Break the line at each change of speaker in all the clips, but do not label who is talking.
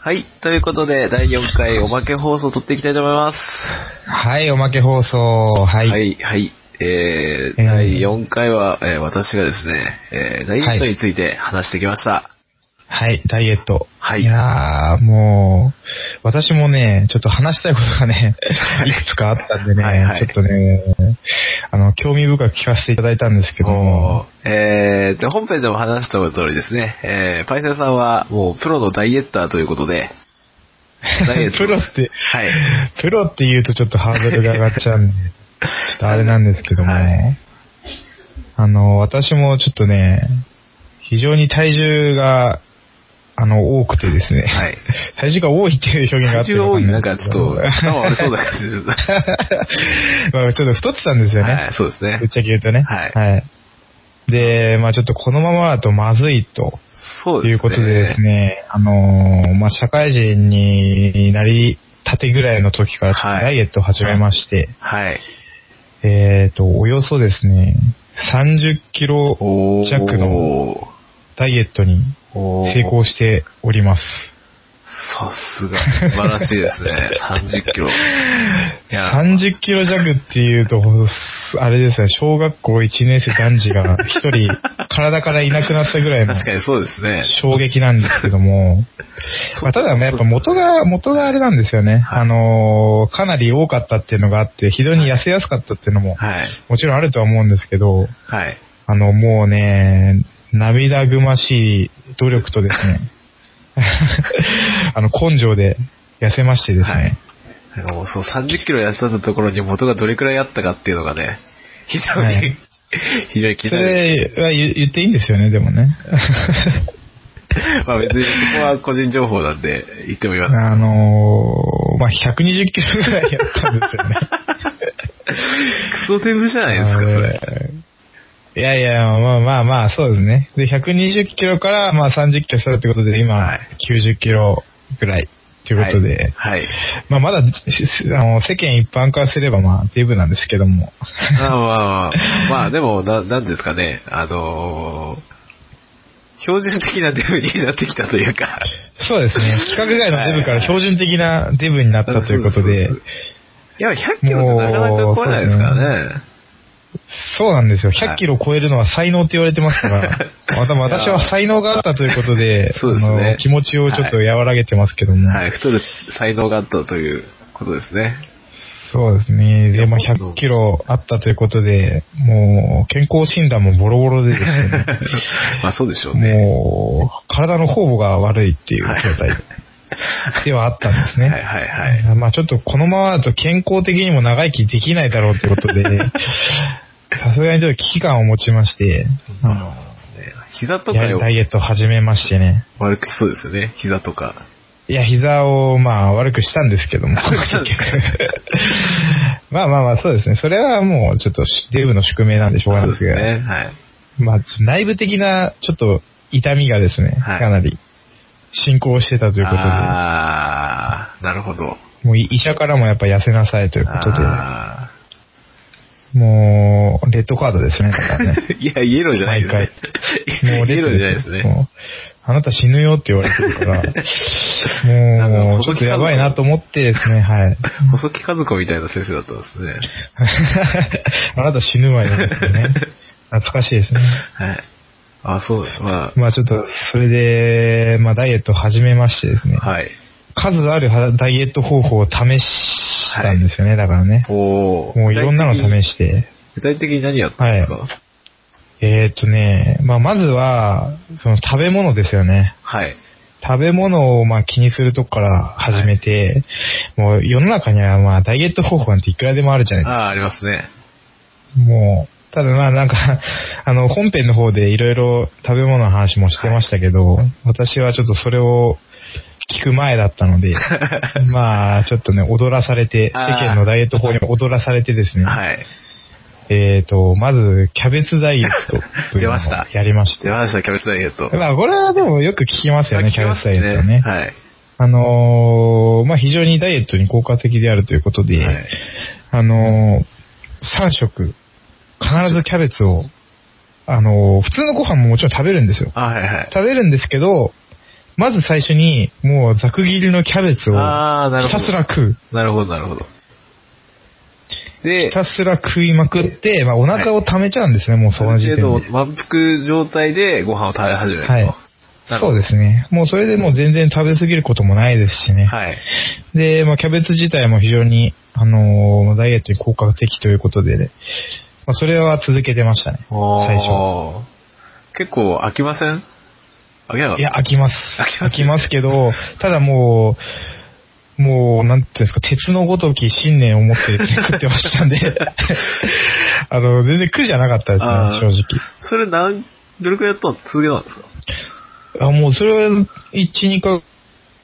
はい。ということで、第4回おまけ放送を撮っていきたいと思います。
はい、おまけ放送。はい。
は
はい。
い、はい。えー、
えー
第4回は、えー私がですね、えーダイエットについて話してきました。
ダイエット。
はい
やー、もう、私もね、ちょっと話したいことがね、いくつかあったんでね、
はいはい
ちょっとね、あの、興味深く聞かせていただいたんですけども、
えー、で、本編でも話した通りですね、えー、パイセンさんはもうプロのダイエッターということ で、ダイエット
プロって、
はい。
プロって言うとちょっとハードルが上がっちゃうんで、ちょっとあれなんですけども、
はい
あの、私もちょっとね、非常に体重が、あの、多くてですね、
はい。
体重が多いって いう表現があ
体
って
重が多い、なんかちょっと、頭悪そうな
だ。
感じです。
まあちょっと太ってたん ですよね。
はい、そうですね
ぶっ。ちゃけ言うとね。
はい
で、まあちょっとこのままだとまずいと。
そうですね。
いうことでですね、あのーまあ社会人になりたてぐらいの時からちょっと
はい
ダイエットを始めまして、
はい。
えっと、およそですね、30キロ
おー
弱のダイエットに
おー
成功しております。
さすが、素晴らしいです ね。30キロ。いや、
30キロ弱っていうと、あれですね、小学校1年生男児が 一人体からいなくなったぐらいの
確かにそうですね。
衝撃なんですけども、まあただね、やっぱ元が、元があれなんですよね。
はい
あのーかなり多かったっていうのがあって、非常に痩せやすかったっていうのも、
はい。
もちろんあるとは思うんですけど、
はい。
あの、もうね、涙ぐましい努力とです ね、あの、根性で痩せましてですね、
はいなんかもうそう30キロ痩せたところに元がどれくらいあったかっていうのがね、非常に、
はい
非常に気
そ
になる。
れは言言っていいんですよね、で もね。
まあ別にそこは個人情報なんで言っても言わない。
あのーまあ、120キロぐらいやったんですよね。
クソデブじゃ ないですか、それ。
いやいや、まあまあまあ、そうですね。で、120キロからまあ30キロしたってことで、
は
今
い、
90キロぐらいということで、
はい。はい
まあまだ、しあの、世間一般化すればまあ、デブなんですけども。
まあまあまあ、まあでもな、なんですかね、あのー標準的なデブになってきたというか、
そうですね。規格外のデブか
はい
ら標準的なデブになったということで
そうそうそう、いや、100キロってなかなか超えないですからね。
そうなんですよ。
はい
100キロ超えるのは才能って言われてま すから、また私は才能があったということで、
そうですね
あの気持ちをちょっと和らげてますけども、
はい、太る才能があったということですね。
そうですね。で、まあ、
いや
100キロあったということで、もう、健康診断もボロボロでですね、
まあそうでしょう ね。
もう、体の方々が悪いっていう状態ではあったんですね。
はいはいはい。
まあちょっとこのままだと健康的にも長生きできないだろうってこと で、さすがにちょっと危機感を持ちまして、あ
ね膝と
の
か
やダイエットを始めましてね。
悪くしそうですよね、膝とか。
いや、膝をまあ悪くしたんですけども。
悪くしたんですか
まあまあまあそうですね。それはもうちょっとデブの宿命なんでしょうがないですけど、
ね。はい。
まあ内部的なちょっと痛みがですね、
はい
かなり進行してたということで、
あー、なるほど。
もう医者からもやっぱ痩せなさいということで、
あ
もうレッドカードですね、だから ね。
ーいや、イエローじゃないですね。
もう
イ
レ
エ
ッ
ロ
ド
ーじ
で
ゃ
すよ
ないですね。
もうあなた死ぬよって言われてるから、も
なん
う、
か
ちょっとやばいなと思ってですね、はい。
細木和子みたいな先生だったんですね。
あなた死ぬわよですね。懐かしいですね。
はい。あ、そう、ま
まあちょっと、それで、まあダイエットを始めましてですね
あ、、はい。
数あるはダイエット方法を試したんですよね、だからね。
おー
もういろんなの試
し
して。
具体的に何やったんですか
えー、っとね、まあまずは、その食べ物ですよね。
はい。
食べ物をまあ気にするとこから始めて、もう世の中にはまあダイエット方法なんていくらでもあるじゃないで
ああー、ありますね。
すか。もう、ただまあなんか、 あの本編の方でいろいろ食べ物の話もしてましたけど、私はちょっとそれを聞く前だったの で、まあちょっとね、踊らされて、世
あー
間のダイエット法に踊らされてですね、
はい。
えっ、と、まずキャベツダイエットというのを
出ました
やりまして
出、ました、キャベツダイエット。
まあこれはでもよく聞きますよね、キャベツダイエットはね。
はい。
あのーまあ、非常にダイエットに効果的であるということで、
はい
あのー、3食、必ずキャベツを、あのー普通のご飯ももちろん食べるんですよ。
あはいはい。
食べるんですけど、まず最初に、もうざく切りのキャベツを、
あーなる
ひ
ほど
たすら食う。
なるほど、なるほど。で
ひ、たすら食いまくって、まあお腹を溜めちゃうんですね、もうそ
あ
の
る
時点
程
で。
度満腹状態でご飯を食べ始めると。
はい
なるほ
そ
ど
うですね。もうそれでもう全然食べ過ぎることもないですしね。
はい。
で、まあ、キャベツ自体も非常に、あのーダイエットに効果的ということで、まあ、それは続けてましたね。最初。
初。結構飽きません飽きなかった
いや、飽きます。
飽
飽
き
き
ま
ますけど、ただもう、もう、なんていうんですか、鉄のごとき信念を持って食ってましたん で、あの、全然苦じゃなかったですね
あー、
正直。
それ何、どれくらいやったの続けたんですか
あもう、それは、1、2か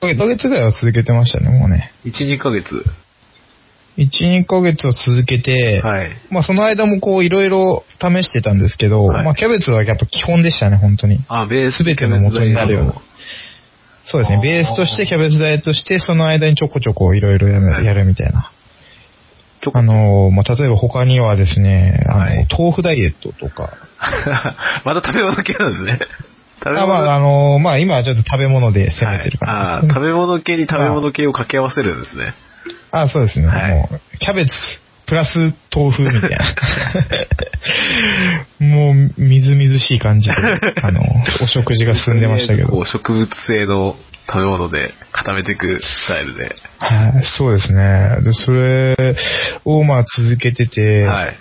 月、1ヶ月ぐらいは続けてましたね、もうね。
?1、2ヶ月。
1、2ヶ月は続けて、
はい。
まあその間もこういろいろ試してたんですけど、
はい
まあキャベツはやっぱ基本でしたね、本当に。
あ、ベース。
全ての元になるようなそうです
あ
ね
ー、
ベースとしてキャベツダイエットして、その間にちょこちょこいろいろや
はい
るやるみたいな。
ちょこ
あのー、まあ例えば他にはですね、あの、
はい
豆腐ダイエットとか。
また食べ物系なんですね。食
あ
べ
ま
物
あ、あのー、まあ今はちょっと食べ物で攻めてる
はいあー
感じです
食
ね。
べ物系に食べ物系を掛け合わせるんですね。
あそうですね、
はい
もう、キャベツ、プラス豆腐みた いな。もう、みずみずしい感じで、あの、お食事が進んでましたけど
こ。う植物性の食べ物で固めていくスタイルで。
はい、そうですね。で、それをまあ続けてて、
はい。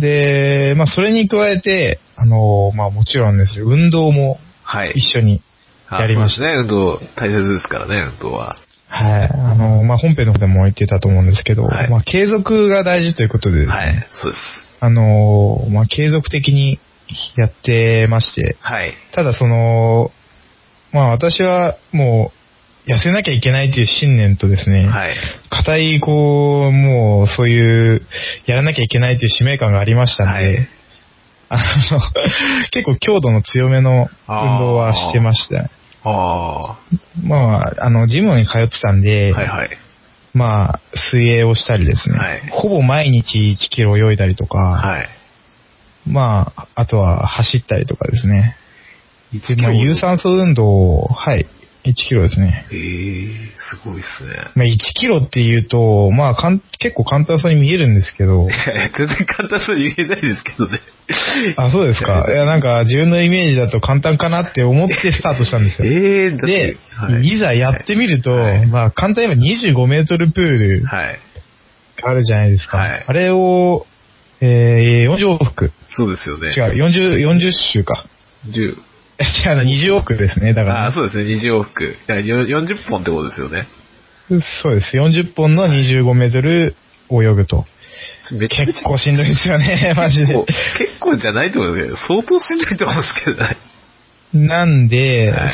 で、まあそれに加えて、あの、まあもちろんですよ運動も
はい。
一緒に、
あ
やりまし
そう
た
ですね。運動、大切ですからね、運動は。
はい、あの、まあ本編の方でも言ってたと思うんですけど、
はい
まあ継続が大事ということで、
はい。そうです。
あの、まあ継続的にやってまして、
はい。
ただその、まあ私はもう痩せなきゃいけないという信念とですね、
はい。
固い、こう、もう、そういう、やらなきゃいけないという使命感がありましたので、
はい
あの、 結構強度の強めの運動はしてました。
あ
まあ、あの、ジムに通ってたん
あ。
で、
はいはい。
まあ、水泳をしたりですね、
はい
ほぼ毎日1キロ泳いだりとか、
はい。
まあ、あとは走ったりとかですね。
一
でまあ、有酸素運動を、はい、1キロですね。
ええすごいっすね。
まあ、1キロっていうと、まあかん、結構簡単そうに見えるんですけど、
全然簡単そうに言えないですけどね。
あ、そうです か。いや、なんか自分のイメージだと簡単かなって思ってスタートしたんですよ。
ええだって
で、
はい
いざやってみると、
はい
まあ簡単に言えば25メートルプール
はい。
があるじゃないですか。
はい
あれを、えー、40往復。
そうですよね。
違う、40、40周か。
10。
違うな、20往復ですね。だか
ああ、
ら、
そうですね。20往復。だからよ40本ってことですよね。
そうです。40本の25メートル泳ぐと。
めちゃめち
結
ゃ
構しんどいですよ ね、マジ
結
で
構。、結構じゃないと思うけど、相当しんどいと思うんですけどね。
なんで、
はい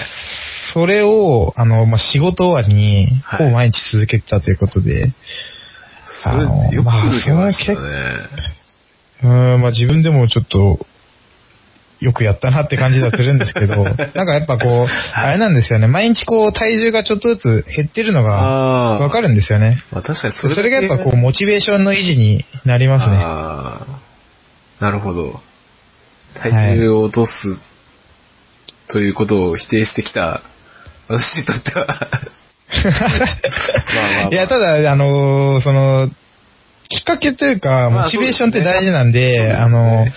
それを、あの、まあ、仕事終わりに、
はい
ほぼ毎日続けてたということで、
そ
あの
れ、よく続けましたね。
うーん、まあ、自分でもちょっと、よくやったなって感じはするんですけ ど、なんかやっぱこう、あれなんですよね、毎日こう、体重がちょっとずつ減ってるのが、
ああ。
わかるんですよね。
まあ確かにそ
そ
れ
れがやっぱこう、モチベーションの維持になりますね。
ああ。なるほど。体重を落とす、ということを否定してきた、私にとって は。まあまあまあ
いや、ただ、あのーその、きっかけというか、
まあ
モチベーションって
そうですね
大事なんで、あ
は
の
い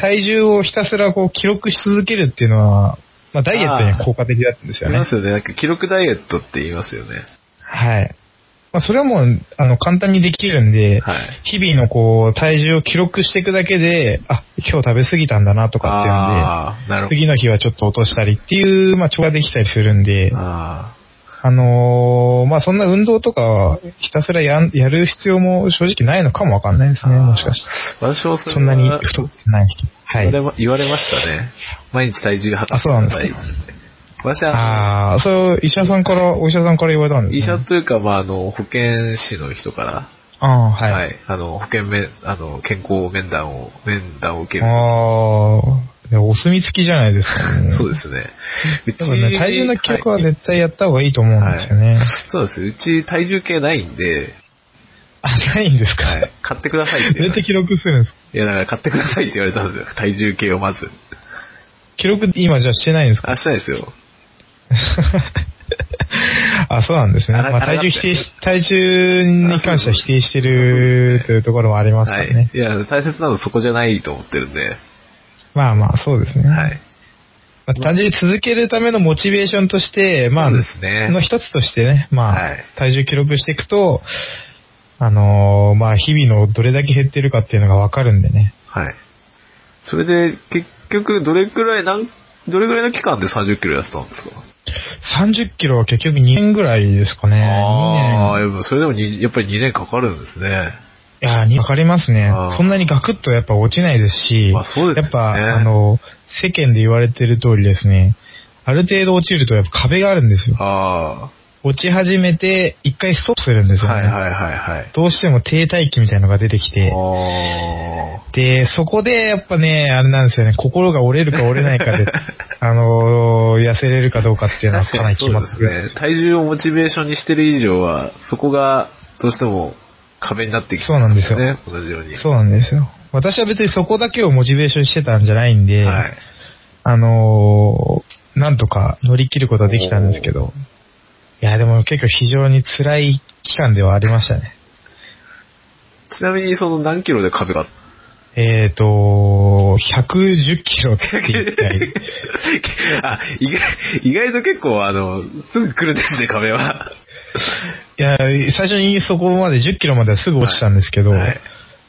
体重をひたすらこう記録し続けるっていうのは、まあ、ダイエットには効果的だったんですよ
言い
ね
ま。すよね。なんか記録ダイエットって言いますよね。
はい。まあ、それはもう、あの、簡単にできるんで、
はい。
日々のこう、体重を記録していくだけで、あ、今日食べ過ぎたんだなとかっていう
ああ、なる
の
ほ
で、次の日はちょっと落としたりっていう、まあ、調和できたりするんで
ど。、あ
あのーまあ、そんな運動とかは、ひたすらやんやる必要も正直ないのかもわかんないです
あ。
ね、もしかして。
私もれは
そんなに太ってない人。は
言われ
い。
ま言われましたね。毎日体重測
あそうなんですか
ってください私は、
ああ、そう、医者さんから、お医者さんから言われたんです、ね、
医者というか、まあ、あの、保健師の人から、
ああ、はい。
はい。あの、保健面、あの、健康面談を、面談を受ける。。
ああ、いやお墨付きじゃないですか、ね
そうですね。うち
でもね、体重の記録は
はい
絶対やった方がいいと思うんですよね。
そうです。うち体重計ないんで、
あ、ないんですか、
はい。買ってくださいって
ど
言わ
うや って
れた。
記録するんですか
いや、だから買ってくださいって言われたんですよ。体重計をまず。
記録って今じゃあしてないんですか
あ、したいですよ。
あ、そうなんですね。
あ
まあ、体重否定し、体重に関しては否定してるというところもありますか
は
ら
い。
ね。
いや、大切なのそこじゃないと思ってるんで。
まあまあ、そうですね。
はい。
まあ単純に続けるためのモチベーションとして、まあ、
そうですね
の一つとしてね、まあ、
はい
体重記録していくと、あのーまあ、日々のどれだけ減ってるかっていうのがわかるんでね。
はい。それで、結局、どれくらい、なん、どれくらいの期間で30キロ痩せたんですか
30キロは結局2年ぐらいですかね。
ああ、
2年。
やっぱそれでもに、やっぱり2年かかるんですね。
いや、にかかりますね
あー。
そんなにガクッとやっぱ落ちないですし、
まあそうですよね
やっぱ、あの、世間で言われてる通りですね、ある程度落ちるとやっぱ壁があるんですよ。
あ
落ち始めて、一回ストップするんです
あ、
よね。
はいはいはいはい。
どうしても停滞期みたいのが出てきて、
あ
で、そこでやっぱね、あれなんですよね、心が折れるか折れな いかで、あのー痩せれるかどうかってい
あ。
うのは
確
か
か
な
に
り
そ
決
う
ま
で
って
す
くる。
ね。体重をモチベーションにしてる以上は、そこがどうしても壁になってきて
そうなんですよ
ね。同じように。
そうなんですよ。私は別にそこだけをモチベーションにしてたんじゃないんで、
はい。
あのーなんとか乗り切ることはできたんですけど、いや、でも結構非常に辛い期間ではありましたね。
ちなみに、その何キロで壁があった
えっ、ー、と、110キロって言っ たり
あ意外意外と結構、あの、すぐ来るんですね、壁は。
いや、最初にそこまで10キロまではすぐ落ちたんですけど、
はい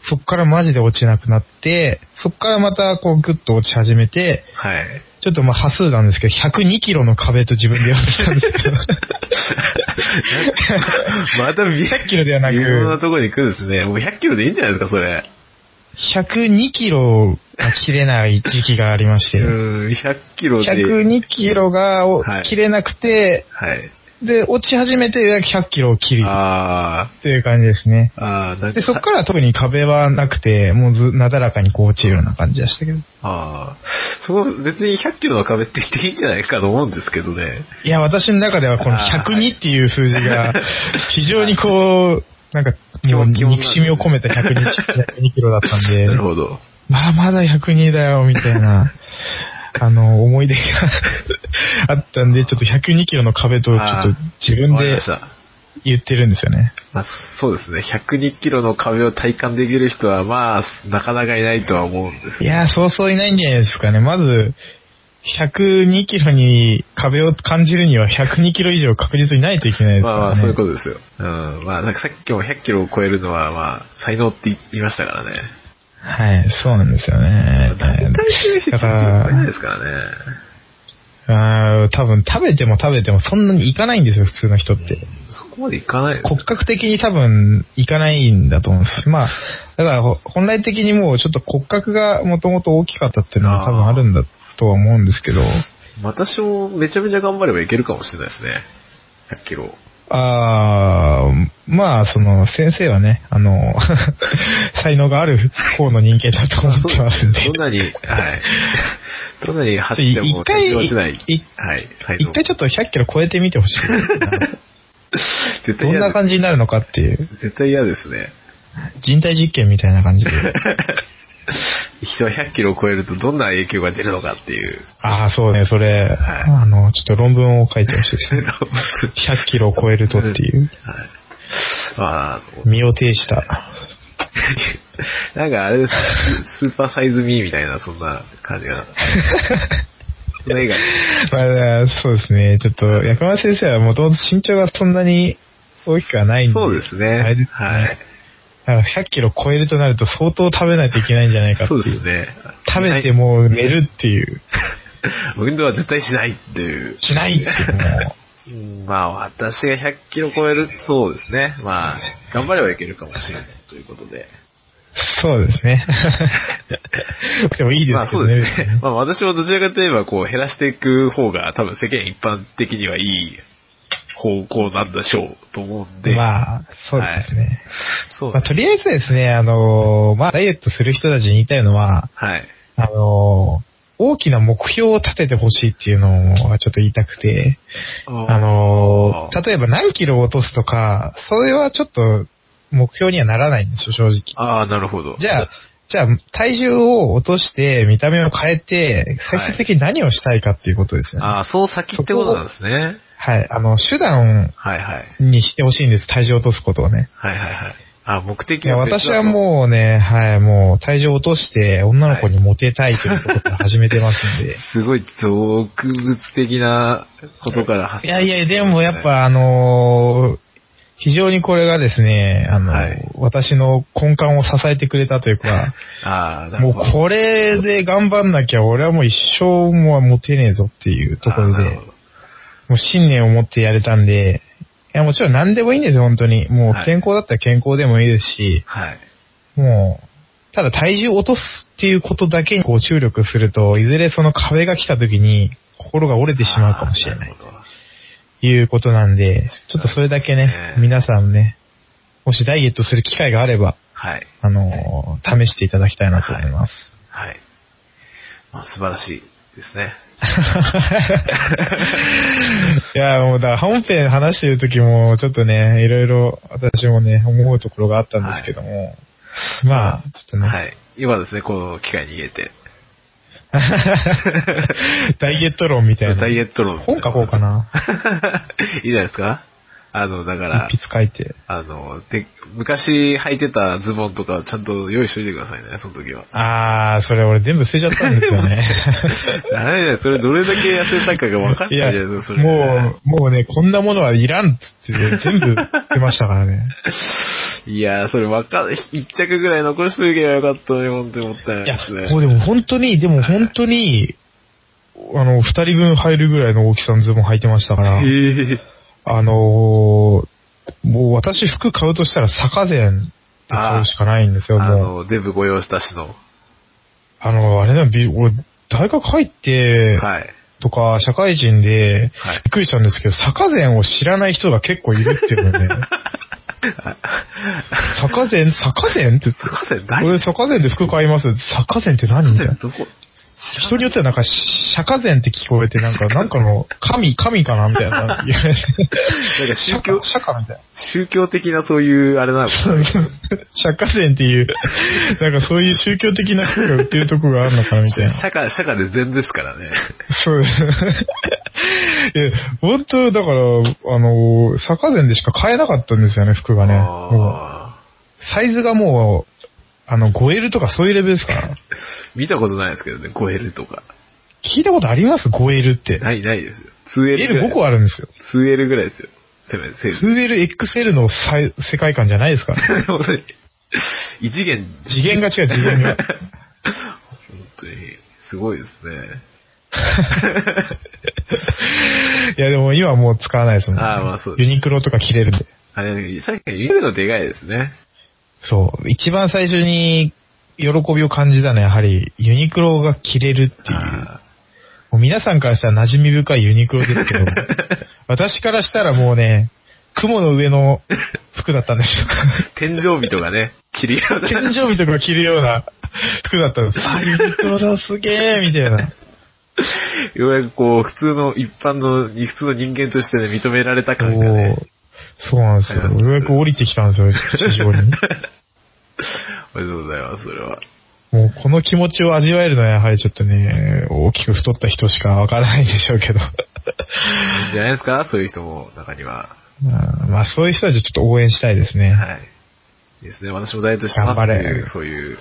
そっからマジで落ちなくなって、そっからまたこうグッと落ち始めて、
はい。
ちょっとまあ波数なんですけど、102キロの壁と自分で呼んでたんです けど、
また200
100キロではなく
微妙なところに来るんですね。もう100キロでいいんじゃないですか、それ。
102キロが切れない時期がありまして、
うん、100キロで。
102キロがお
はい
切れなくて、
はい。
で、落ち始めてようやく100キロを切る
あ
っていう感じですね。
あ、ああ、なん
で、そっから特に壁はなくて、もうず、なだらかにこう落ちるような感じでしたけど。
ああ、そこ別に100キロの壁って言っていいんじゃないかと思うんですけどね。
いや、私の中ではこの
あー
102っていう数字が、非常にこう、なんか、もう
基本
憎しみを込めた102 102キロだったんで
な、るほど。
まあ、まだ102だよ、みたい な、あの、思い出があったんで、ちょっと102キロの壁と、ちょっと自分
わかり
で
ました。
言ってるんですよね。
まあ、そうですね。102キロの壁を体感できる人は、まあ、なかなかいないとは思うんです
い
けど
やー、そうそういないんじゃないですかね。まず、102キロに壁を感じるには102キロ以上確実にないといけないですか
まあま
ら
あ、
ね。
そういうことですよ。うん。まあ、なんかさっきも100キロを超えるのは、まあ、才能って言いましたからね。
はい、そうなんですよね。
何回試合して100
だ
キ
か
ロ超えない
ら
ですからね。
あー、多分食べても食べてもそんなにいかないんですよ、普通の人って。
そこまでいかないです
骨格的に多分いかないんだと思うんです。まあ、だからほ本来的にもうちょっと骨格がもともと大きかったっていうのは多分あるんだとは思うんですけど、
私もめちゃめちゃ頑張ればいけるかもしれないですね。100キロ。
あーまあ、その、先生はね、あの、 才能がある方の人間だと思
あ
っ
そう
てますんで
ですね。どんなに、は い。どんなに走っても
一回
全然落ちない。
い
はい。才能
一回ちょっと100キロ超えてみてほしい。
絶対
どん
嫌
な
で
感じになるのかっていう、
す。絶対嫌ですね。
人体実験みたいな感じで。
人は100キロを超えるとどんな影響が出るのかって いう。
ああ、そうね、それ、
はい
あの、ちょっと論文を書いてほしいですね。
は
100キロを超えるとっていう、
い。まあ、
身を挺した。
なんかあれですススーパーサイズミーみたいな、そんな感じが。その映画
まあ、そうですね、ちょっと、薬丸先生はもともと身長がそんなに大きくはないんで。
そうです
あれ
ね。はい。
だから100キロ超えるとなると相当食べないといけないんじゃないかって
そ
いうう。
ですね。
食べてもう寝るっていう。
運動は絶対しないっていう。
しないっていうもう。
うんまあ、私が100キロ超える、そうですね。まあ、頑張ればいけるかもしれないということで。
そうで すね。でもいいですよね。
まあ、そうですね。まあ、私もどちらかといえば、こう、減らしていく方が、多分世間一般的にはいい方向なんでしょうと思うんで。あ、
まあ、そうですね。
そう
まあ、
です
とりあえずですね、あのーまあ、ダイエットする人たちに言いたいのは、
はい。
あのー大きな目標を立ててほしいっていうのはちょっと言いたくて、あの
あ
ー例えば何キロ落とすとか、それはちょっと目標にはならないんですよ、正直。
ああ、なるほど。
じゃあ、じゃあ、体重を落として、見た目を変えて、最終的に何をしたいかっていうことですよね。
ああ、そう先ってことなんですね。
はい。あの、手段
はいはい。
にしてほしいんです。体重を落とすことをね。
はいはいはい。あ、目的
いや、
は別
私
だと
はもうね、はい、もう体重を落として、女の子にモテたいということから始めてますんで。
すごい俗物的なことから発
いやいや、でもやっ、ぱあのー非常にこれがですね、あの、
はい
私の根幹を支えてくれたというか、
あ あ、なる
もう
ほど。
これで頑張んなきゃ俺はもう一生もうモテねえぞっていうとこ
あ
ろ
あな
で
るほ、ど
もう信念を持ってやれたんで、いや、もちろん何でもいいんですよ、本当に。もう
はい
健康だったら健康でもいいですし、
はい。
もう、ただ体重を落とすっていうことだけにこう注力すると、いずれその壁が来た時に心が折れてしまうかもしれない
あー。るほど
いうことなんで、ちょっとそれだけ
そうで
ね
す、ね
皆さんね、もしダイエットする機会があれば、
はい。
あのー、試していただきたいなと思います。
はい。まあ、素晴らしいですね。
いや、もうだ、本編話してる時も、ちょっとね、いろいろ私もね、思うところがあったんですけども、まあ、ちょっとね、
はい。今ですね、この機会に言えて。
ダイエット論みたいな。
ダイエット論。
本書こうか。な。
いいじゃないですかあの、だから、
一筆書いて。
あの、で、昔履いてたズボンとかちゃんと用意しといてくださいね、その時 は。
あー、それ俺全部捨てちゃったんですよ ね。
ダメだよ、それどれだけ痩せたかが分かんないじ
い
ゃ
や、
ないですか、それ。
もう、もうね、こんなものはいらんっつって、全部売ってましたか らね。
いやー、それわかん、一着ぐらい残しといけばよかったのに、本当にもったい
い
ない
や
ですね。、
もうでも本当に、でも本当に、あの、二人分入るぐらいの大きさのズボン履いてましたから、
へー
あのーもう私服買うとしたら坂膳で買うしかないんですよ、
あ
もう。
の、デブご用したしの。
あの、あれだ、び俺、大学入って、
はい。
とか、社会人で
はい、
びっくりしたんですけど、坂膳を知らない人が結構いるっていうの ね。坂膳、坂膳って、
坂瀬大
俺、坂膳で服買います。坂膳って何みたいな。
どこ知
人によってはなんか、釈迦禅って聞こえて、なんか、なんかの、神、神かなみたいな。いや
なんか 宗教
釈迦釈迦みたいな。
宗教的なそういう、あれなのかな
釈迦禅っていう、なんかそういう宗教的な服が売ってるとこがあるのかなみたいな。
社会、社会で全ですからね。
そう。 いや、本当、だから、あの、釈迦禅でしか買えなかったんですよね、服がね。もう
あ
サイズがもう、あの、5L とかそういうレベルですから。
ー見たことないですけどね、5L とか。
聞いたことあります ?5L って。
ない、ないですよ。2L ぐらい。
L5 個あるんですよ。
2L ぐらいですよ。せめて、せ
2LXL のさい世界観じゃないですからね
めて。本当に異次元、
次元が違う、次元 が。
本当に、すごいですね。
いや、でも今もう使わないですもん、
あーまあそうで
ユ
す
ニクロとか着れるんで。
あれ、さっき言うのでかいですね。
そう。一番最初に喜びを感じたのはやはりユニクロが着れるっていう。
あ
もう皆さんからしたら馴染み深いユニクロで すけど、私からしたらもうね、雲の上の服だったんで すよ。
ー天井人がね、切り合う。
天井日とか着るような服だったんです。あ、ユニクロだ、すげえみたいな。
ようやくこう、普通の、一般の、普通の人間としてね、認められた
そう
感がね、
そうなんですよ。
あります
ようやく降りてきたんですよ、地上に。
おめでとうございます、それは。
もうこの気持ちを味わえるのはやはりちょっとね、大きく太った人しかわからないでしょうけど。
いいんじゃないですかそういう人も、中には。
まあまあそういう人たちをちょっと応援したいですね。
はい。いいですね。私もダイエットしてますって
頑張
い
れ
う、そういう、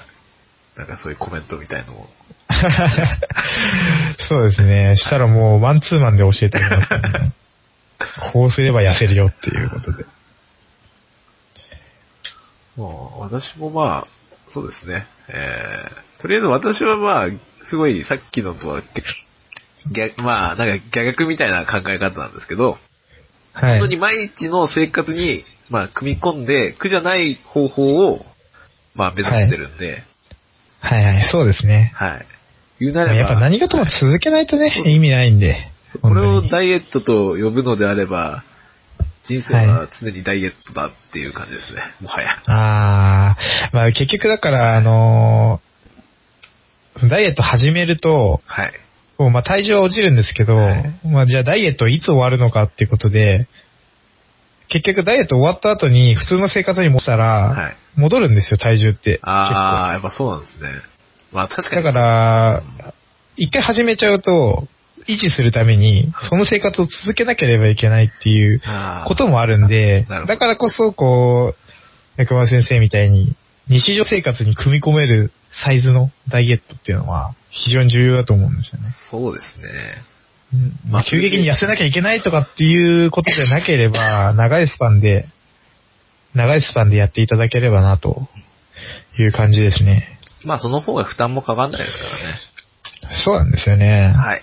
なんかそういうコメントみたいのも。
そうですね。したらもうマンツーマンで教えてあげますからね、 こうすれば痩せるよっていうことで。
もう、私もまあ、そうですね。えー、とりあえず私はまあ、すごい、さっきのとは、逆、まあ、なんか逆逆みたいな考え方なんですけど、
は
本当に
い。
毎日の生活に、まあ、組み込んで、苦じゃない方法を、まあ、目指してるんで、
はいはい、そうですね。
はい。言うなれ
やっ
ば、
ぱ何事も続けないとね、意味ないんで。
これ
本
を
当に
ダイエットと呼ぶのであれば、人生は常にダイエットだっていう感じですね、もはや。
ああ、まあ結局だから、あのーそのダイエット始めると、
はい。
こうまあ体重は落ちるんですけど、
はい
まあじゃあダイエットいつ終わるのかっていうことで、結局ダイエット終わった後に普通の生活に戻したら、
はい。
戻るんですよ、体重って。
ああ、やっぱそうなんですね。まあ確か
だ
に。
から、一回始めちゃうと、維持するために、その生活を続けなければいけないっていう
あー
こともあるんで
なるほど、
だからこそ、こう、薬丸先生みたいに、日常生活に組み込めるサイズのダイエットっていうのは、非常に重要だと思うんですよね。
そうですね。
うん
まあ
急激に痩せなきゃいけないとかっていうことじゃなけれ ば、長いスパンで、長いスパンでやっていただければな、という感じですね。
まあその方が負担もかかんないですからね。
そうなんですよね。
はい。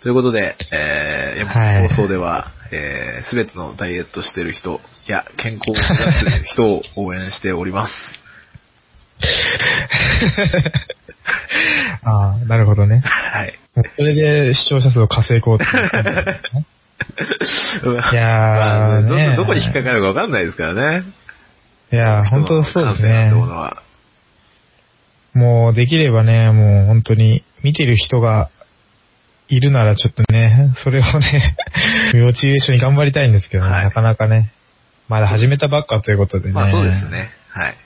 ということで、えー、
はい
放送では、えー、すべてのダイエットしてる人や健康を目指す人を応援しております。
ああ、なるほどね。
はい。
もうそれで視聴者数を稼ごうっていう感じな んですね。いやー
まあど
ねえ
どこに引っかかるかわかんないですからね。
いやー、本当そうです
人の感性
ね
なんて。ものは。
もうできればね、もう本当に見てる人がいるならちょっとね、 それを ね、モチベーションに頑張りたいんですけどね、
はい
なかなかね、まだ始めたばっかということでね。
まあそうです。ね。はい。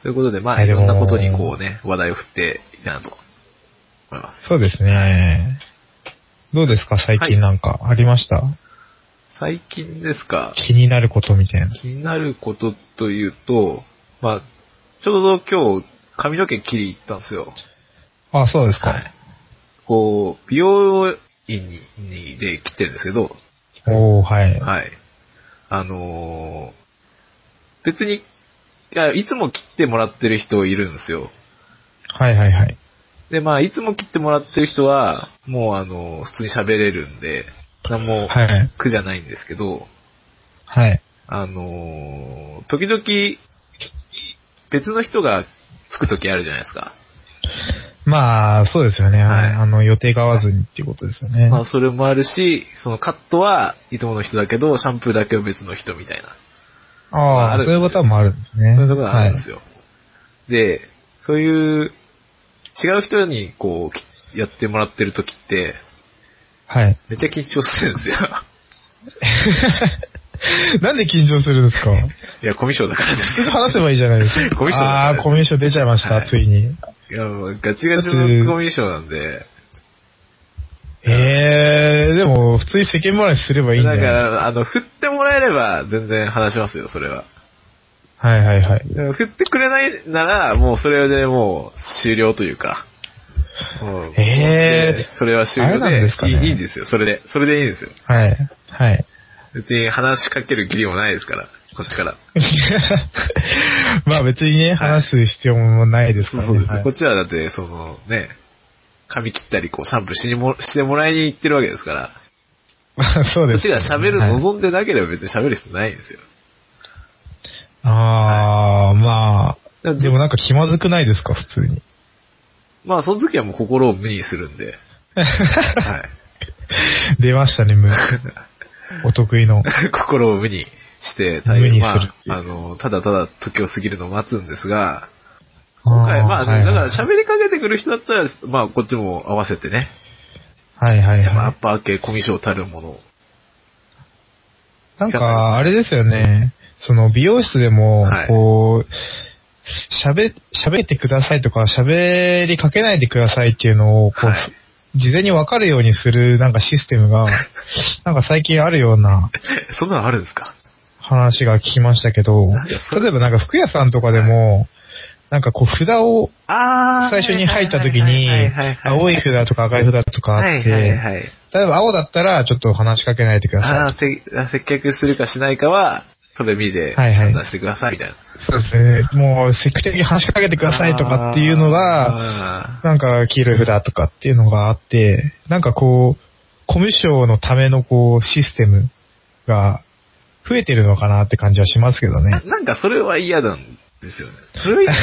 そういうことで、まあ
はいいで
ろ
も
んなことにこうね、話題を振っていたなと思います。
そうですね。どうですか最近なんかありました、
最近ですか、
気になることみたいな。
気になることというと、まあ、ちょうど今日髪の毛切り行ったんですよ。
あ、そうですか。
はい。こう、美容院ににで切ってるんですけど、
おー、はい。
はい。あのー別にいや、いつも切ってもらってる人いるんですよ。
はいはいはい。
で、まあ、いつも切ってもらってる人は、もうあのー普通に喋れるんで、何も
はい。
苦じゃないんですけど、
はい。
あのー時々、別の人がつく時あるじゃないですか。
まあ、そうですよね。
はい
あの、予定が合わずにっていうことですよね。
まあ、それもあるし、そのカットはいつもの人だけど、シャンプーだけは別の人みたいな。
あ
あ
あ、
るんです
そういう
よ
パターンもあるんですね。
そういうところがあるんです
よ。
よ。で、そういう、違う人にこう、きやってもらってる時って、
はい。
めっちゃ緊張するん ですよ。
なんで緊張するんですか
いや、コミュ障だからです
すぐ
よ。
話せばいいじゃないですか。
コミュ障
ああー、コミュ障出ちゃいました、
はい
ついに。
いや、もうガチガチのコミュ障なんで、
ええー、でも、普通に世間話すればいいんだ
だか
よ。
ら、あの、振ってもらえれば全然話しますよ、それは。
はいはいはい。
でも振ってくれないなら、もうそれでもう終了というか。もう
え
それは終
あれ
了
なんですか
で、い
ね
いいいんですよ。それで、それでいいんですよ。
はい。はい。
別に話しかける義理もないですから、こっちから。
まあ別にね、話す必要もないですからね。はい
こっちはだって、そのね、髪切ったり、こう、シャンプーしにもしてもらいに行ってるわけですから、
まあ そ
こ
うで
っ
す
ち
ね。
が喋る、
はい
望んでなければ別に喋る必要ないんですよ。
ああ、ま
だ
あ、
って
でもなんか気まずくないですか、普通に。
まあ、その時はもう心を無にするんで。はい。
出ましたね、無。お得意の。
心を無にして、
無にする
ま
っていう
あ、あの、ただただ時を過ぎるのを待つんですが、今回、まあ、
はい
だから喋りかけてくる人だったら、まあ、こっちも合わせてね、
はいはい
まあ、
は
アッパー系コミュ障たるものを。
い。なんか、あれですよね。その、美容室でも
はい、
こう、喋、喋ってくださいとか、喋りかけないでくださいっていうのを、こ
は
う、事前にわかるようにする、なんかシステム が、なんか最近あるような
そんなのあるんですか
話が聞きましたけど
なんか、そ
例えばなんか服屋さんとかでも、なんかこう、札を
あ
最初に入った時に、青い札とか赤い札とか
は
あ
い
って、
はい
例え
はい。
ば青だったら、ちょっと話しかけないでください。
あーせ接客するかしないかは、それ見で
はいはい
判断してくださいみたいな。
そうですね。もう積極的に話しかけてくださいとかっていうのが、
が、
なんか黄色い札とかっていうのがあって、なんかこう、コミュ障のためのこう、システムが増えてるのかなって感じはしますけど
な
ね。
なんかそれは嫌なんですよね。それは嫌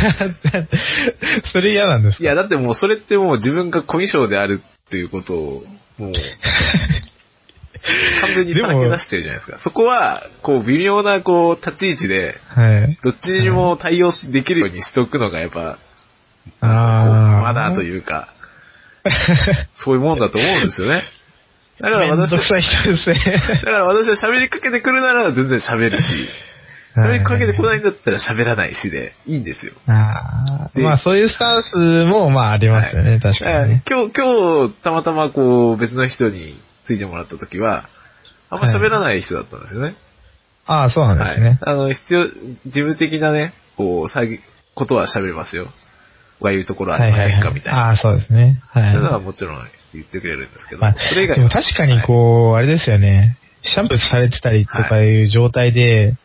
それ嫌なんです
い
か
や、だってもうそれってもう自分がコミュ障であるっていうことを、 もう、完全にさらけ出してるじゃないですか。そこは、こう、微妙な、こう、立ち位置で、
はい。
どっちにも対応できるようにしておくのが、やっぱ、
ああ。
マナーと
う。
いうか、そういうもんだと思うんですよね。だから
めんど
私
く
は、
さい人ですね。
だから私は喋りかけてくるなら全然喋るし、 それにかけてこないんだったら喋らないしで、いいんですよ。
ああ、
で
まあそういうスタンスもまあありますよね、確かにね。
今日、今日、たまたまこう、別の人についてもらった時は、あんま喋らない人だったんですよね。
ああ、そうなんですね。
あの、必要、事務的なね、こう、詐欺、ことは喋りますよ。こういうところありませんかみたいな。
ああ、そうですね。は。
そういうのはいもちろん言ってくれるんですけど、
まあ、
それ以
で
外
も確かにこう、あれですよね。シャンプーされてたりとかいう状態で、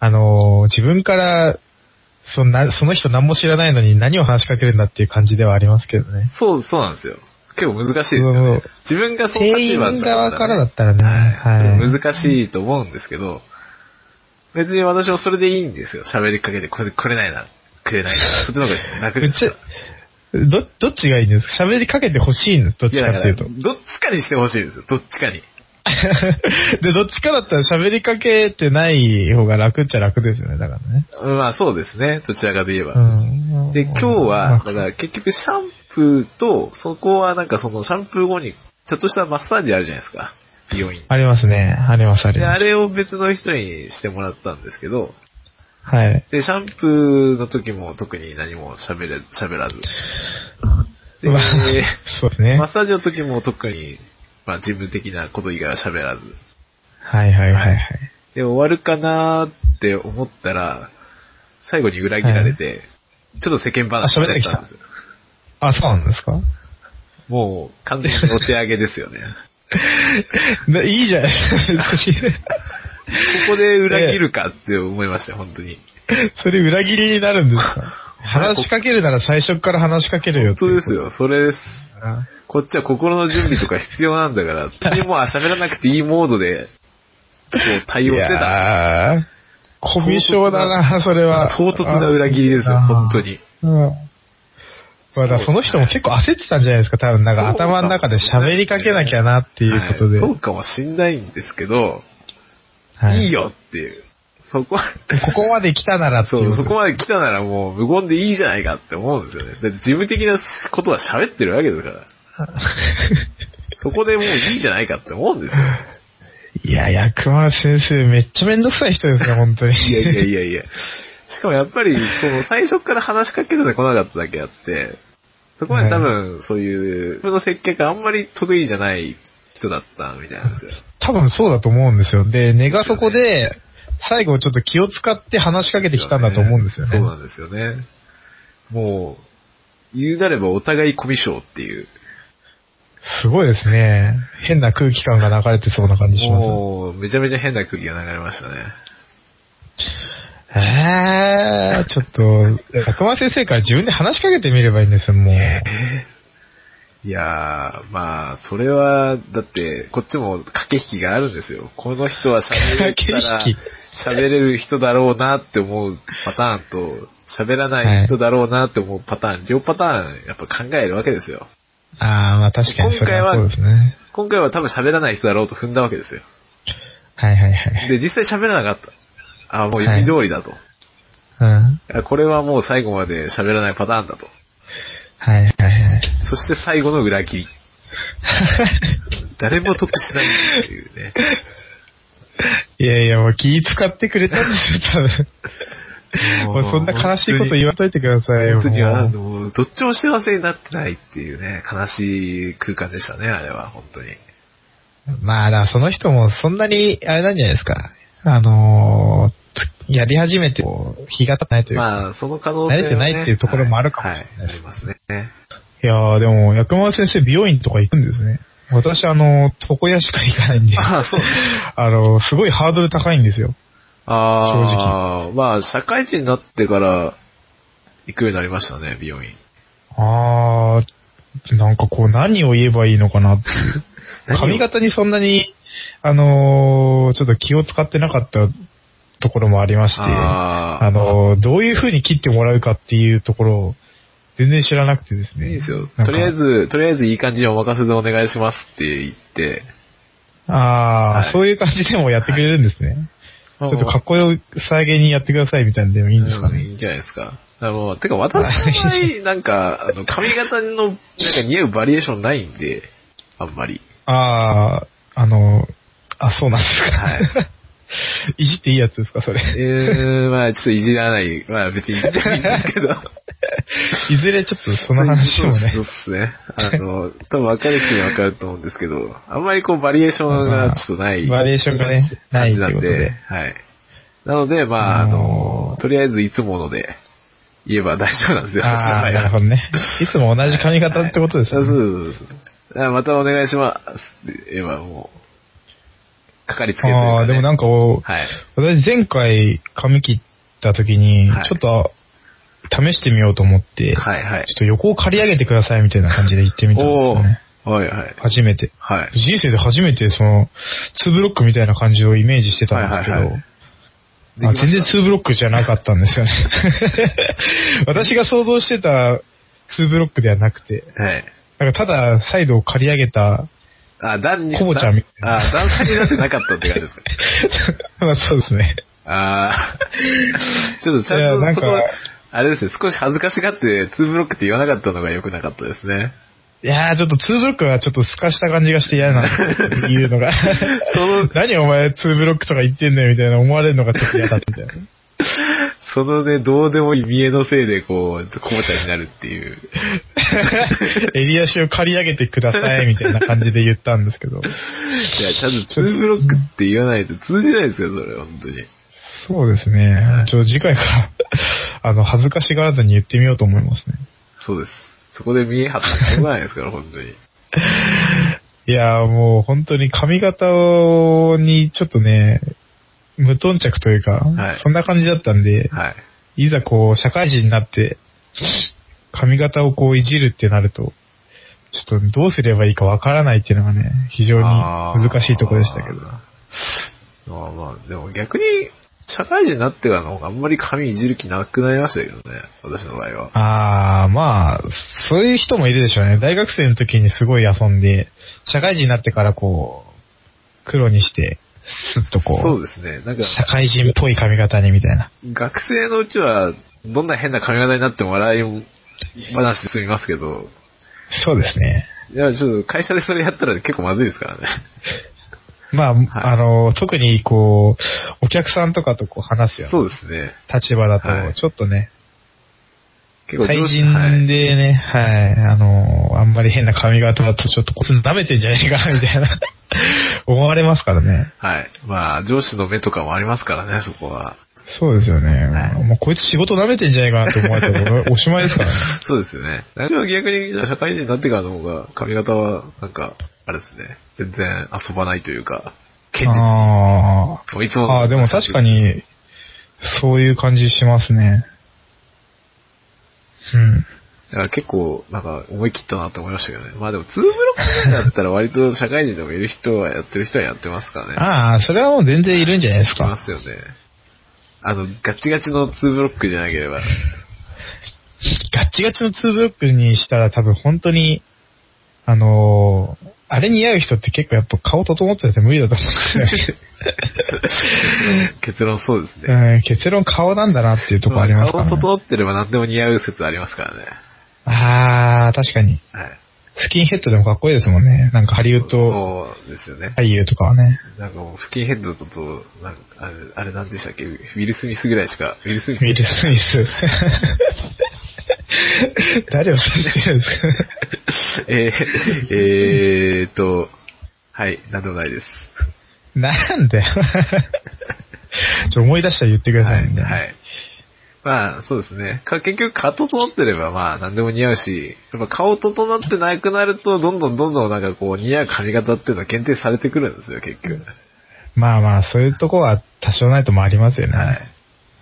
あのー、自分から、そんな、その人何も知らないのに何を話しかけるんだっていう感じではありますけどね。
そう、そうなんですよ。結構難しいですよね。自分がその
店
立
員
場
側からだ
だっ
ったらね、
たらね、
はい。
はい難しいと思うんですけど、別に私もそれでいいんですよ。喋りかけて、これでくれないな、くれない な。そっちの方が楽
う
ですから。
ち、ど、どっちがいいんですか喋りかけてほしいのどっ
い
ち
や、
か
だ
っ
か
てい
ら
う
ど
と
っ。ちかにしてほしいですよ。どっちかに。
で、どっちかだったら喋りかけてない方が楽っちゃ楽ですよね、だからね。
まあそうですね。どちらかで言えば。
うん
で、今日
ま
は、だ
あ
から結局シャンプーと、そこはなんかそのシャンプー後に、ちょっとしたマッサージあるじゃないですか。美容院。
ありますね。あります、あり
で、
ま
あ
す。
れを別の人にしてもらったんですけど、
はい。
で、シャンプーの時も特に何も喋れ、喋らず。で、
まあそうですね。
マッサージの時も特に、まあ事務的なこと以外は喋らず。
はいはいはいはい。
で、終わるかなーって思ったら、最後に裏切られて、ちょっと世間話になっちゃったんですよ。
あ、そうなんですか
もう、完全にお手上げですよ ね。
でいいじゃないですか。
ここで裏切るかって思いましたよ、本当に。
それ裏切りになるんですか 話しかけるなら最初から話しかけるよ
本
って
当
いう
ですよ、それです。
あ
こっちは心の準備とか必要なんだから、 本当にもう喋らなくていいモードで、こう対応してた。
いやーコミュ障だ な、それは。
唐突な裏切りですよ、
あー
本当。に。
うん。まあ、だからその人も結構焦ってたんじゃないですか、多分。なんか
そうかも
頭の中で喋りかけなきゃなっていうことで。
はいそうかもしんないんですけど、
はい
いよっていう。そ こは、
ここまで来たならって
そ、
いうう。
そこまで来たならもう無言でいいじゃないかって思うんですよね。だって事務的なことは喋ってるわけだから。そこでもういいじゃないかって思うんですよ。
いや、薬丸先生、めっちゃめんどくさい人ですね、本当に。
いやいやいやいや。しかもやっぱり、その最初から話しかけてこなかっただけあって、そこまで多分そういう、自分の接客あんまり得意じゃない人だったみたいなんですよ。
多分そうだと思うんですよ。で、根がそこで、最後ちょっと気を使って話しかけてきたんだと思うんですよね。
そうなんですよね。もう、言うなればお互いコミュ障っていう。
すごいですね。変な空気感が流れてそうな感じします。
もう、めちゃめちゃ変な空気が流れましたね。
えー、ちょっと、薬丸先生から自分で話しかけてみればいいんですよ、もう。
いやー、まあ、それは、だって、こっちも駆け引きがあるんですよ。この人は喋れたら
駆、
喋れる人だろうなって思うパターンと、喋らない人だろうなって思うパターン、両パターン、やっぱ考えるわけですよ。
あー、まあ確かにそれはそうですね。
今回は多分喋らない人だろうと踏んだわけですよ。
はいはいはい。
で、実際喋らなかった。あーもう読み通りだと。
うん。
あこれはもう最後まで喋らないパターンだと。
はいはいはい。
そして最後の裏切 り。誰も得しないっていうね。
いやいや、もう気使ってくれたんですよ、多
もう
分。もうそんな悲しいこと言わんといてくださいよ。
本当にあ
もう
の、どっちも幸せになってないっていうね、悲しい空間でしたね、あれは、本当に。
まあ、だからその人もそんなに、あれなんじゃないですか。あのーやり始めて、こう日が経たないというか。
まあ、その可能性は、ね。
慣れてないっていうところもあるかもしれない
はありますね。
いやーでも、薬丸先生、美容院とか行くんですね。私、あのー床屋しか行かないんで。
ああ、 そう。
あのーすごいハードル高いんですよ。
ああ、まあ、社会人になってから、行くようになりましたね、美容院。
あー、なんかこう、何を言えばいいのか なっていう。髪型にそんなに、あのーちょっと気を使ってなかったところもありまして、あ
ああ、
のーどういう風に切ってもらうかっていうところを全然知らなくてです
い
ね。
いですよ
な。んか
とりあえ。ず、とりあえずいい感じにお任せでお願いしますって言って、
あー、
はい
そういう感じでもやってくれるんですね。ちょっとかっこよさげにやってくださいみたいなんでもいいんですか
うん
ね。
いいんじゃないですか。あの、てか私の場合、なんか、あの、髪型の、なんか似合うバリエーションないんで、あんまり。
あー、あのーあ、そうなんですか。
はい。
いじっていいやつですか、それ。
えー、まあちょっといじらない。まあ別にいじってもいいんですけど。
いずれちょっとその話もね
そう。ですね。あの、 多分分かる人には分かると思うんですけど、あんまりこうバリエーションがちょっとない。
まあバリエーションがね
感じなん
ないって
で。はい。なので、まあ、あの、とりあえずいつもので言えば大丈夫なんですよ。
ああ、
はい
なるほどね。いつも同じ髪型ってことです
はいそ
ね。
うそうそうそうあまたお願いしますって言えばもう、かかりつけるという
あ
か、
あ、
ね。
でもなんかこう、
はい。
私前回髪切った時に
はい、
ちょっと試してみようと思って、
はいはい
ちょ。っと横を刈り上げてくださいみたいな感じで行ってみたんです
お
よね。
ーはいはい。
初めて。
はい。
人生で初めてその、ツーブロックみたいな感じをイメージしてたんですけど、
はいはいはい
まあ
できました
全然ツーブロックじゃなかったんですよね。 私が想像してたツーブロックではなくて、
はい。
なんかただサイドを刈り上げた、
あ、段に、
コボちゃんみたいな
あ、段差になってなかったって感じですか。
まあそうですね。
あ あ、ちょっとちゃ
いや
ん
な
と
ん
そ
か
こは、あれですね、少し恥ずかしがって、ツーブロックって言わなかったのが良くなかったですね。
いやーちょっとツーブロックはちょっと透かした感じがして 嫌なんですっていうのが。
その、
何お前ツーブロックとか言ってんだよみたいな思われるのがちょっと嫌だったみたいな。
そのね、どうでもいい見栄のせいで、こう、コボちゃんになるっていう。
襟足を刈り上げてくださいみたいな感じで言ったんですけど。
いや、ちゃんとツーブロックって言わないと通じないですよ、それ、本当に。
そうですね。ちょ、次回から、あの、恥ずかしがらずに言ってみようと思いますね。
そうです。そこで見栄張ってしょうがないですから、本当に。
いやーもう本当に髪型をにちょっとね、無頓着というか、
はい
そんな感じだったんで、
はい。
いざこう、社会人になって、髪型をこういじるってなると、ちょっとどうすればいいかわからないっていうのがね、非常に難しいところでしたけど。
あーまあまあ、でも逆に、社会人になってからの方があんまり髪いじる気なくなりましたけどね、私の場合は。
ああ、まあ、そういう人もいるでしょうね。大学生の時にすごい遊んで、社会人になってからこう、黒にして、スッと
そう
こう、
ですね。なんか、
社会人っぽい髪型にみたいな。
学生のうちは、どんな変な髪型になっても笑い話で済みますけど、
そうですね。
いや、ちょっと会社でそれやったら結構まずいですからね。
まあ、あの、特にこう、お客さんとかとこう話すよ、ね、
そうですね。
立場だ
はい
と、ちょっとね、
結構
対
上司
人でね、はい、あの、あんまり変な髪型だとちょっとこすん舐めてんじゃねえか な、みたいな、思われますからね。
はい。はい。まあ、上司の目とかもありますからね、そこは。
そうですよね。
い
もうこいつ仕事舐めてんじゃないかなって思われたらおしまいですからね。
そうですよね。私は逆に、じゃあ社会人になってからの方が、髪型は、なんか、あれですね。全然遊ばないというか、堅実
あ
もういつ
あ。
もの。
ああ、でも確かに、そういう感じしますね。うん。
だから結構、なんか、思い切ったなって思いましたけどね。まあでも、ツーブロックぐらいだったら、割と社会人でもいる人は、やってる人はやってますからね。
ああ、それはもう全然いるんじゃないです
いま
か。
すよね。あの、ガチガチのツーブロックじゃなければ。
ガッチガチのツーブロックにしたら多分本当に、あのーあれ似合う人って結構やっぱ顔整ってて無理だと思うんですよね。
結論 そうですね。
うん、結論顔なんだなっていうところありますから、
顔
ね。
整ってれば何でも似合う説ありますからね。
ああ、確かに。
はい。
スキンヘッドでもかっこいいですもんね。なんかハリウッド
そうですよね。
俳優とかはね。
なんかもう、スキンヘッドと、となんかあれ、あれなんでしたっけウィル・スミスぐらいしか、ウィル・スミ
ウィル・
ス。
ス ミス。誰を指してるんですか
えー、えーっと、はい、なんでもないです。
なんだよ。 ちょ思い出したら言ってくだ
は
さい
い、
ね。
はい。まあ、そうですね。か結局、顔整ってれば、まあ、何でも似合うし、やっぱ顔整ってなくなると、どんどんどんどんなんかこう、似合う髪型っていうのは限定されてくるんですよ、結局。
まあまあ、そういうとこは多少ないともありますよね。
はい。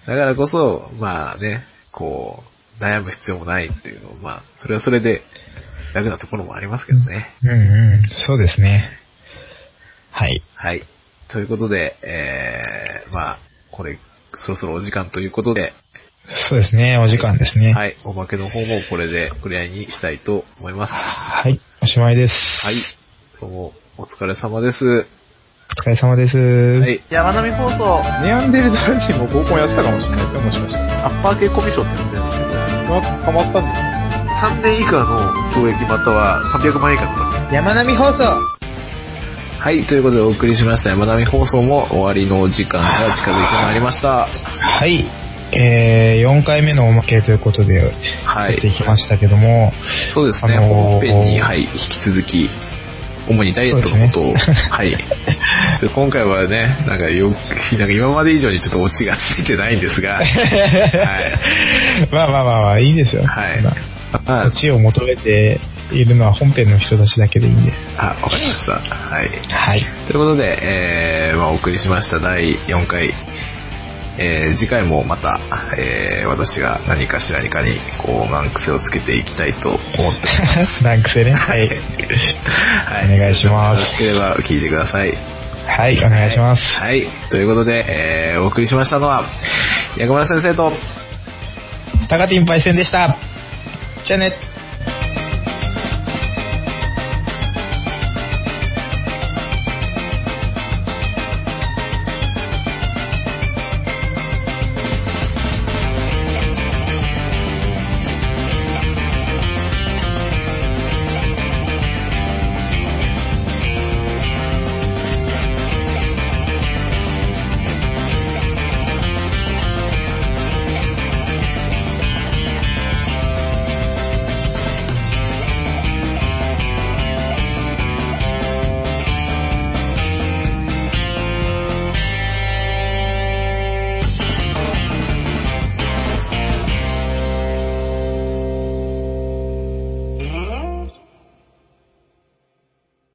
だからこそ、まあね、こう、悩む必要もないっていうのを、まあ、それはそれで、楽なところもありますけどね。
うんうん、そうですね。はい。
はい。ということで、えー、まあ、これ、そろそろお時間ということで、
そうですね、お時間ですね。
はい、おまけの方もこれで、くらいにしたいと思います。
はい、おしまいです。
はい。どうも、お疲れ様です。
お疲れ様です。
はい。山並放送、
ネアンデルタル人も合コンやってたかもしれないですよ、もしかしたら。
アッパー系コミュ障って呼んでるんですけど、
捕まったんですよ。
3年以下の懲役または300万円以下の罰金
山並放送
はい、ということでお送りしました山並放送も終わりのお時間が近づいてまいりました。
はい。えー、4回目のおまけということで、や
はい
っていきましたけども、
そうですね、
あのー
本編に、はい、引き続き、主にダイエットのことを、
そうですね
はい。ちょっと今回はね、なんかよ、なんか今まで以上にちょっとオチがついてないんですが、はい。
まあまあまあまあ、いいですよ。
はい
ま。
ま
あ
あ
地を求めているのは本編の人たちだけでいいんで。
あ、わかりました。はい。
はい。
ということで、えーまあ、お送りしました第4回、えー次回もまた、えー私が何かしらにかにこう難癖をつけていきたいと思っております
ランクセね。はい。
はい
お願いします
よろしければ聞いてください。
はい、お願いします。
はい。ということで、えーお送りしましたのは、薬丸先生と、
高ティンパイセンでした。じゃあね。